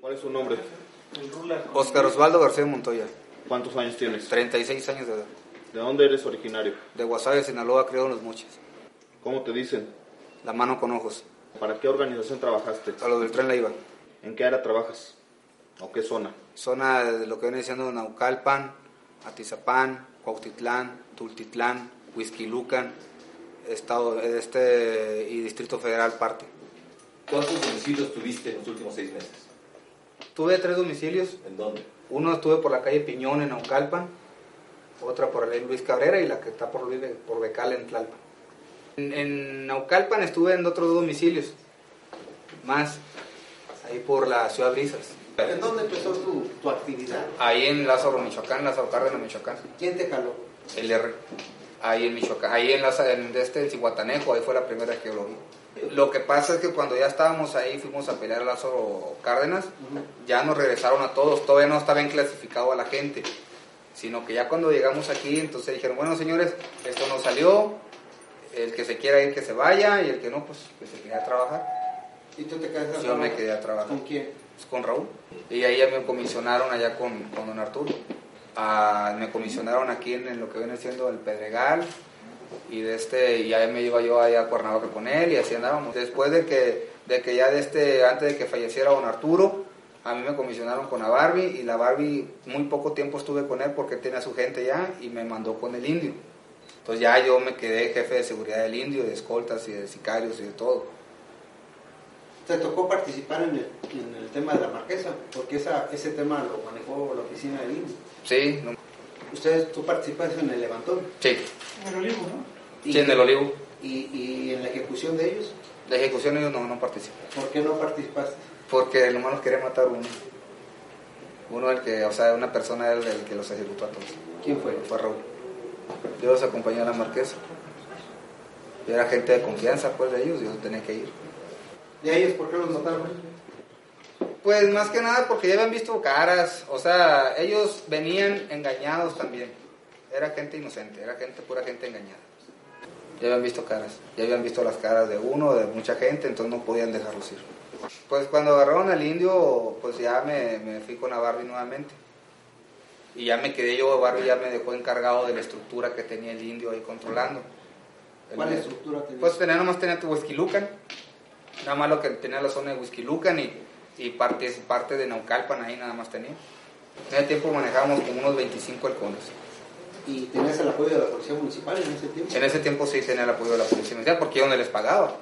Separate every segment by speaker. Speaker 1: ¿Cuál es su nombre?
Speaker 2: Oscar Osvaldo García Montoya,
Speaker 1: ¿Cuántos años tienes?
Speaker 2: 36 años de edad,
Speaker 1: ¿De dónde eres originario?
Speaker 2: de Guasave, Sinaloa, criado en los mochis,
Speaker 1: ¿Cómo te dicen?
Speaker 2: la mano con ojos,
Speaker 1: ¿Para qué organización trabajaste?
Speaker 2: a los del tren Leiva,
Speaker 1: ¿En qué área trabajas? ¿O qué zona?
Speaker 2: zona de lo que viene siendo Naucalpan, Atizapán, Cuautitlán, Tultitlán, Huizquilucan, estado este y Distrito Federal parte.
Speaker 3: ¿Cuántos domicilios tuviste en los últimos seis meses?
Speaker 2: Tuve tres domicilios,
Speaker 3: ¿En dónde?
Speaker 2: uno estuve por la calle Piñón en Naucalpan, otra por la Luis Cabrera y la que está por, Luis, Be- por Becal en Tlalpan. En, en Naucalpan estuve en otros dos domicilios, más, ahí por la Ciudad Brisas,
Speaker 4: ¿En dónde empezó tu, tu actividad?
Speaker 2: ahí en Lázaro, Michoacán, Lázaro Cárdenas, Michoacán,
Speaker 4: ¿Quién te caló?
Speaker 2: el R, ahí en Michoacán, ahí en Lázaro, en, este, en Cihuatanejo, ahí fue la primera que lo vi. Lo que pasa es que cuando ya estábamos ahí, fuimos a pelear a Lázaro Cárdenas, ya nos regresaron a todos, todavía no estaba bien clasificado a la gente, sino que ya cuando llegamos aquí, entonces dijeron, bueno señores, esto no salió, el que se quiera ir que se vaya y el que no, pues que se quiera trabajar,
Speaker 4: ¿Y tú te quedaste
Speaker 2: Yo me quedé a trabajar.
Speaker 4: ¿Con quién?
Speaker 2: pues, con Raúl. Y ahí ya me comisionaron allá con, con don Arturo. Ah, me comisionaron aquí en, en lo que viene siendo el Pedregal y de este y ahí me iba yo allá a Cuernavaca con él y así andábamos. Después de que, de que ya de este, antes de que falleciera don Arturo, a mí me comisionaron con la Barbie y la Barbie muy poco tiempo estuve con él porque tenía su gente ya y me mandó con el indio. Entonces ya yo me quedé jefe de seguridad del indio, de escoltas y de sicarios y de todo.
Speaker 4: ¿Te tocó participar en el, en el tema de la marquesa? Porque esa, ese tema lo manejó la oficina del INDI.
Speaker 2: Sí, no-
Speaker 4: Ustedes, tú participas en el levantón.
Speaker 2: sí,
Speaker 4: Y-
Speaker 2: sí, en el olivo.
Speaker 4: Y, y en la ejecución de ellos,
Speaker 2: La ejecución ellos no, no participan.
Speaker 4: ¿por qué no participaste?
Speaker 2: Porque el humano quería matar uno. Uno el que, o sea, una persona era el, el que los ejecutó a todos.
Speaker 4: ¿Quién fue?
Speaker 2: Fue Raúl. Yo los acompañé a la marquesa. Yo era gente de confianza, pues, de ellos, yo tenía que ir.
Speaker 4: ¿De ellos por qué los mataron?
Speaker 2: Pues más que nada porque ya habían visto caras, o sea, ellos venían engañados también. Era gente inocente, era gente, pura gente engañada. Ya habían visto caras, ya habían visto las caras de uno, de mucha gente, entonces no podían dejarlos ir. Pues cuando agarraron al indio, pues ya me, me fui con la Barbie nuevamente. Y ya me quedé yo, Barbie ya me dejó encargado de la estructura que tenía el indio ahí controlando.
Speaker 4: ¿Cuál
Speaker 2: El-
Speaker 4: estructura tenías?
Speaker 2: pues tenía, nomás tenía tu Huizquilucan, nada más lo que tenía la zona de Huizquilucan y, y parte, parte de Naucalpan ahí nada más tenía. En ese tiempo manejábamos como unos 25 halcones.
Speaker 4: ¿Y tenías el apoyo de la policía municipal en ese tiempo?
Speaker 2: En ese tiempo sí tenía el apoyo de la policía municipal porque yo no les pagaba.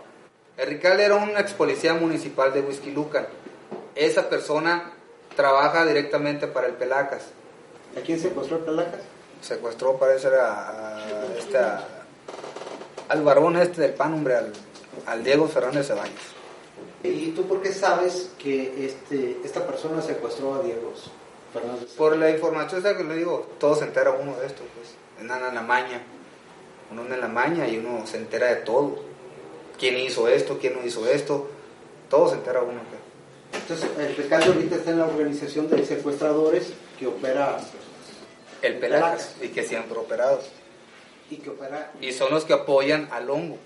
Speaker 2: Enrical era un ex policía municipal de Huizquilucan. Esa persona trabaja directamente para el Pelacas.
Speaker 4: ¿A quién secuestró el Palacas?
Speaker 2: Secuestró, parece, a, a este, a- al barbón este del pan, hombre, al, al Diego Fernández Ceballos.
Speaker 4: ¿Y tú por qué sabes que este, esta persona secuestró a Diego Fernández?
Speaker 2: Por la información esa que le digo, todos se entera uno de esto, pues. Andan en la maña. Uno anda en la maña y uno se entera de todo. ¿Quién hizo esto? ¿Quién no hizo esto? Todo se entera uno. pues.
Speaker 4: Entonces, el pecado ahorita está en la organización de secuestradores que opera
Speaker 2: El Pelacas. Y que siempre operados.
Speaker 4: y que opera.
Speaker 2: Y son los que apoyan al hongo.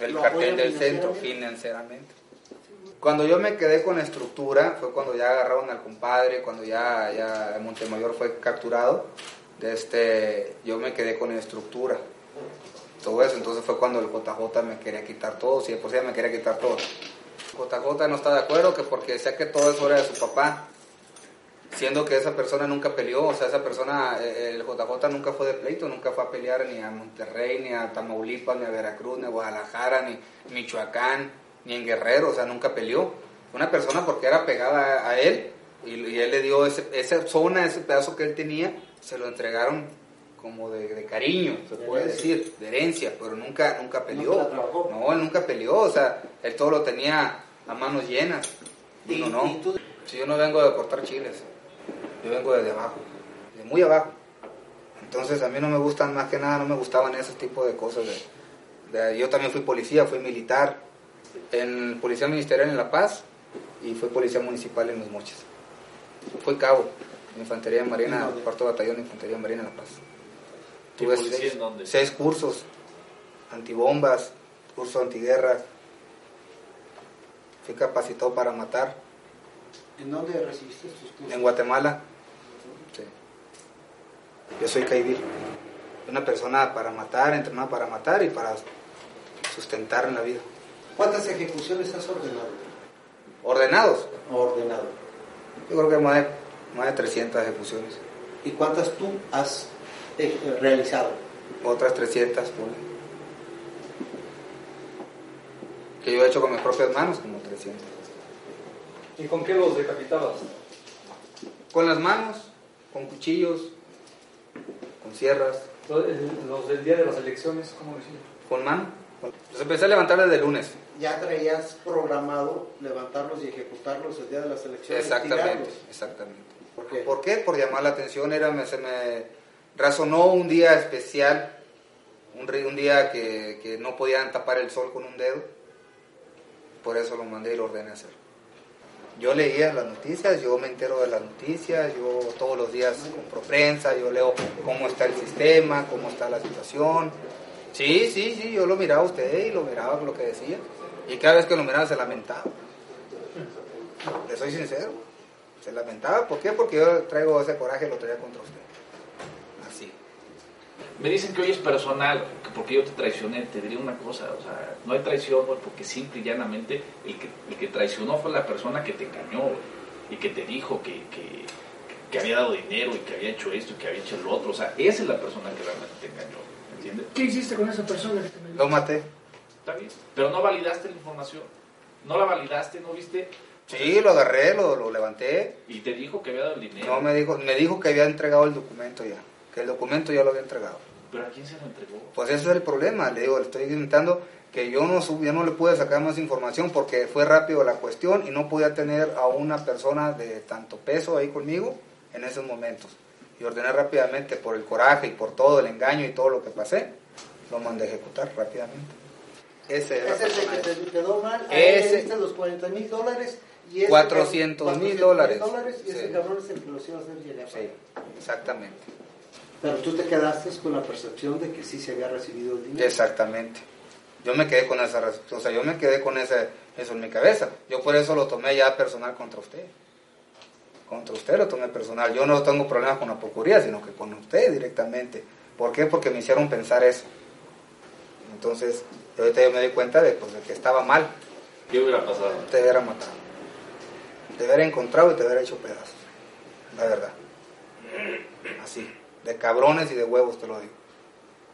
Speaker 2: El
Speaker 4: Lo
Speaker 2: cartel
Speaker 4: apoyan
Speaker 2: del centro financieramente. Cuando yo me quedé con la estructura, fue cuando ya agarraron al compadre, cuando ya, ya Montemayor fue capturado, de este, yo me quedé con la estructura. Todo eso, entonces fue cuando el JJ me quería quitar todo, si de por sí ya me quería quitar todo. JJ no está de acuerdo que porque decía que todo eso era de su papá, siendo que esa persona nunca peleó, o sea, esa persona, eh, el JJ nunca fue de pleito, nunca fue a pelear ni a Monterrey, ni a Tamaulipas, ni a Veracruz, ni a Guadalajara, ni Michoacán, ni en Guerrero, o sea, nunca peleó. Una persona porque era pegada a- a él, Y, y él le dio ese- esa zona, ese pedazo que él tenía, se lo entregaron como de, de cariño, se
Speaker 4: De
Speaker 2: puede
Speaker 4: herencia.
Speaker 2: decir, de herencia, pero nunca, nunca peleó.
Speaker 4: la trabajó.
Speaker 2: No, él nunca peleó, o sea, él todo lo tenía a manos llenas.
Speaker 4: Y-
Speaker 2: Uno no.
Speaker 4: y tú-
Speaker 2: Si yo no vengo de cortar chiles, yo vengo desde abajo, de muy abajo. Entonces a mí no me gustan más que nada, no me gustaban ese tipo de cosas. de- de- yo también fui policía, fui militar en policía ministerial en La Paz y fui policía municipal en Los Mochis. Fui cabo en infantería marina,
Speaker 4: ¿En dónde?
Speaker 2: cuarto batallón de infantería marina en La Paz.
Speaker 5: ¿Y
Speaker 2: Tuve
Speaker 5: policía
Speaker 2: seis,
Speaker 5: en dónde?
Speaker 2: seis cursos, antibombas, curso antiguerra. Fui capacitado para matar
Speaker 4: ¿En dónde recibiste tus cursos?
Speaker 2: en Guatemala. Sí. Yo soy Caibil. Una persona para matar, entrenada para matar y para sustentar en la vida.
Speaker 4: ¿Cuántas ejecuciones has ordenado?
Speaker 2: Ordenados.
Speaker 4: Ordenado.
Speaker 2: Yo creo que más de, más de 300 ejecuciones.
Speaker 4: ¿Y cuántas tú has eh, realizado?
Speaker 2: Otras 300, ponle. Que yo he hecho con mis propias manos, como 300.
Speaker 5: ¿Y con qué los decapitabas?
Speaker 2: Con las manos, con cuchillos, con sierras,
Speaker 5: Los, los del día de las elecciones, ¿cómo decían?
Speaker 2: con mano. con- Los empecé a levantar desde el lunes.
Speaker 4: ¿Ya traías programado levantarlos y ejecutarlos el día de las elecciones?
Speaker 2: Exactamente,
Speaker 4: tirarlos?
Speaker 2: exactamente.
Speaker 4: ¿Por qué?
Speaker 2: ¿Por qué? Por llamar la atención, era, me, se me razonó un día especial, un, ri- un día que, que no podían tapar el sol con un dedo, por eso lo mandé y lo ordené hacer. Yo leía las noticias, yo me entero de las noticias, yo todos los días compro prensa, yo leo cómo está el sistema, cómo está la situación. Sí, sí, sí, yo lo miraba a usted y lo miraba lo que decía. Y cada vez que lo miraba se lamentaba. Le soy sincero. Se lamentaba, ¿por qué? Porque yo traigo ese coraje, lo traía contra usted. Así.
Speaker 6: Me dicen que hoy es personal, que porque yo te traicioné, te diré una cosa, o sea, no hay traición, güey, porque simple y llanamente el que, el que traicionó fue la persona que te engañó, güey, y que te dijo que, que- que había dado dinero y que había hecho esto y que había hecho lo otro, o sea, esa es la persona que realmente te engañó, ¿entiendes?
Speaker 7: ¿Qué hiciste con esa persona que te me-
Speaker 2: Lo maté.
Speaker 6: Está bien, pero no validaste la información, no la validaste, no viste,
Speaker 2: Sí, lo agarré, lo, lo levanté.
Speaker 6: y te dijo que había dado el dinero,
Speaker 2: No me dijo, me dijo que había entregado el documento ya. Que el documento ya lo había entregado.
Speaker 6: pero ¿a quién se lo entregó?
Speaker 2: Pues ese es el problema, le digo, le estoy intentando que yo no sub- yo no le pude sacar más información porque fue rápido la cuestión y no podía tener a una persona de tanto peso ahí conmigo en esos momentos. Y ordené rápidamente por el coraje y por todo el engaño y todo lo que pasé, lo mandé a ejecutar rápidamente. Ese era
Speaker 4: Ese es el que
Speaker 2: personal.
Speaker 4: te quedó mal. A él
Speaker 2: Ese-
Speaker 4: le diste los 40 mil dólares. Y ese
Speaker 2: 400 mil dólares.
Speaker 4: Y ese
Speaker 2: Sí.
Speaker 4: cabrón es el que los iba a hacer llegar.
Speaker 2: Sí, exactamente.
Speaker 4: Pero tú te quedaste con la percepción de que sí se había recibido el dinero.
Speaker 2: Exactamente. Yo me quedé con esa, res- o sea, yo me quedé con ese, eso en mi cabeza. Yo por eso lo tomé ya personal contra usted. Contra usted lo tomé personal. Yo no tengo problemas con la Procuraduría, sino que con usted directamente. ¿Por qué? Porque me hicieron pensar eso. Entonces, ahorita yo me di cuenta de, pues, de que estaba mal.
Speaker 6: ¿Qué hubiera pasado?
Speaker 2: Te hubiera matado. Te hubiera encontrado y te hubiera hecho pedazos. La verdad. Así. De cabrones y de huevos te lo digo.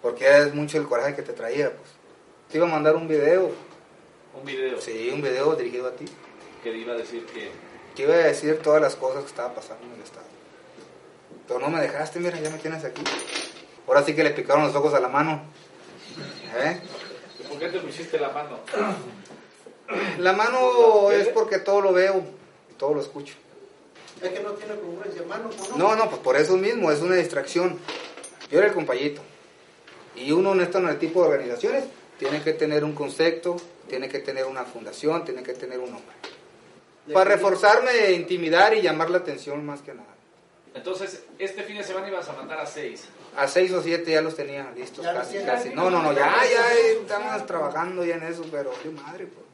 Speaker 2: Porque es mucho el coraje que te traía, pues. Te iba a mandar un video.
Speaker 6: Un video
Speaker 2: Sí, un video dirigido a ti.
Speaker 6: que iba a decir que...
Speaker 2: Te iba a decir todas las cosas que estaba pasando en el estado. Pero no me dejaste, mira, ya me tienes aquí. Ahora sí que le picaron los ojos a la mano. ¿Eh?
Speaker 6: ¿Por qué te lo hiciste la mano?
Speaker 2: La mano es porque todo lo veo, todo lo escucho.
Speaker 4: Es que no tiene congruencia, mano con
Speaker 2: No, no, pues por eso mismo, es una distracción. Yo era el compañito. Y uno en este tipo de organizaciones tiene que tener un concepto, tiene que tener una fundación, tiene que tener un nombre. Para reforzarme, e intimidar y llamar la atención más que nada.
Speaker 6: Entonces, este fin de semana ibas a matar a seis.
Speaker 2: A seis o siete ya los tenía listos,
Speaker 4: Ya los
Speaker 2: casi,
Speaker 4: tienes.
Speaker 2: casi. No, no, no, ya, ya estamos trabajando ya en eso, pero qué madre, pues.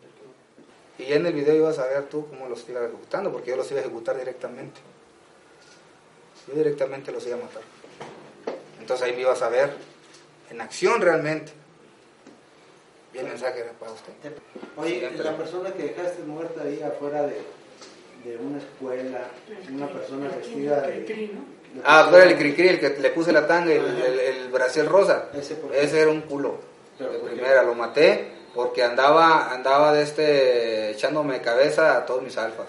Speaker 2: Y ya en el video ibas a ver tú cómo los ibas ejecutando, porque yo los iba a ejecutar directamente. Yo directamente los iba a matar. Entonces ahí me ibas a ver en acción realmente. Y el mensaje era para usted.
Speaker 4: Oye,
Speaker 2: Siguiente.
Speaker 4: la persona que dejaste muerta ahí afuera de, de una escuela, una persona vestida de...
Speaker 7: Cri, ¿no?
Speaker 4: de-
Speaker 2: Ah, fuera el cri el que le puse la tanga, el, el, el brasier rosa.
Speaker 4: Ese por qué.
Speaker 2: Ese era un culo.
Speaker 4: Pero
Speaker 2: de
Speaker 4: ¿por qué?
Speaker 2: primera, lo maté porque andaba, andaba de este, echándome cabeza a todos mis alfas.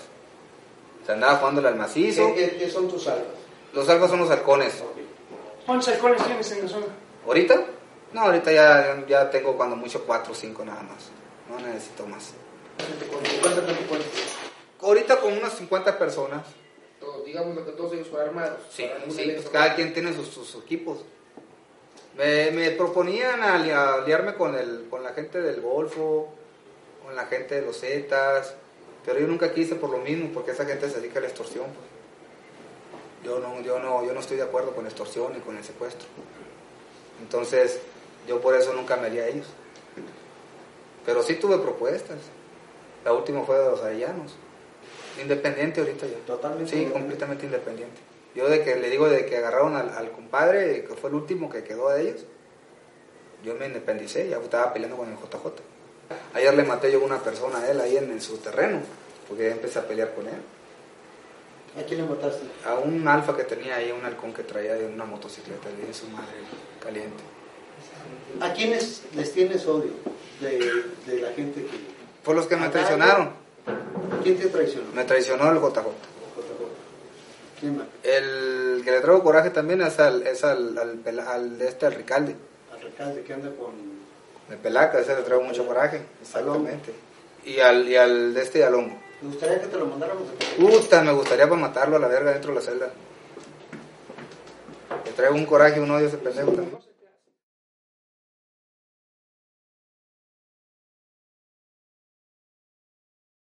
Speaker 2: Se andaba jugándole al
Speaker 4: ¿Qué,
Speaker 2: macizo.
Speaker 4: qué, qué son tus almas?
Speaker 2: Los alfas son los halcones.
Speaker 7: ¿Cuántos halcones tienes en la zona?
Speaker 2: ¿Ahorita? No, ahorita ya, ya tengo cuando mucho 4 o 5 nada más. No necesito más.
Speaker 8: ¿Cuántas te cuentas?
Speaker 2: Ahorita con unas 50 personas.
Speaker 8: Todos, digamos que todos ellos fueron armados.
Speaker 2: Sí,
Speaker 8: para algún
Speaker 2: sí, pues
Speaker 8: evento.
Speaker 2: cada quien tiene sus, sus equipos. Me, me proponían ali- aliarme con, el, con la gente del Golfo, con la gente de los Zetas, pero yo nunca quise por lo mismo, porque esa gente se dedica a la extorsión. pues. Yo, no, yo, no, yo no estoy de acuerdo con la extorsión ni con el secuestro. Entonces, yo por eso nunca me alié a ellos. Pero sí tuve propuestas. La última fue de los Arellanos. Independiente ahorita ya.
Speaker 4: Totalmente
Speaker 2: Sí,
Speaker 4: independiente.
Speaker 2: completamente independiente. Yo de que le digo de que agarraron al, al compadre, que fue el último que quedó de ellos, yo me independicé, ya estaba peleando con el JJ. Ayer le maté yo a una persona a él ahí en, en su terreno, porque ya empecé a pelear con él.
Speaker 4: ¿A quién le mataste?
Speaker 2: A un alfa que tenía ahí, un halcón que traía de una motocicleta, le di su madre caliente.
Speaker 4: ¿A quiénes les tienes odio de, de la gente que...
Speaker 2: Por los que me traicionaron,
Speaker 4: ¿Quién te traicionó?
Speaker 2: me traicionó el JJ.
Speaker 4: ¿Quién más?
Speaker 2: El que le traigo coraje también es al, es al, al, pela- al de este, al Ricalde,
Speaker 4: Al alcalde que anda con...
Speaker 2: el Pelaca, ese le traigo mucho coraje,
Speaker 4: Salón.
Speaker 2: exactamente. Y al, y al de este, y al hongo.
Speaker 4: Me gustaría que te lo mandáramos a ti.
Speaker 2: Puta, me gustaría para matarlo a la verga dentro de la celda. Le traigo un coraje, un odio a ese pendejo también.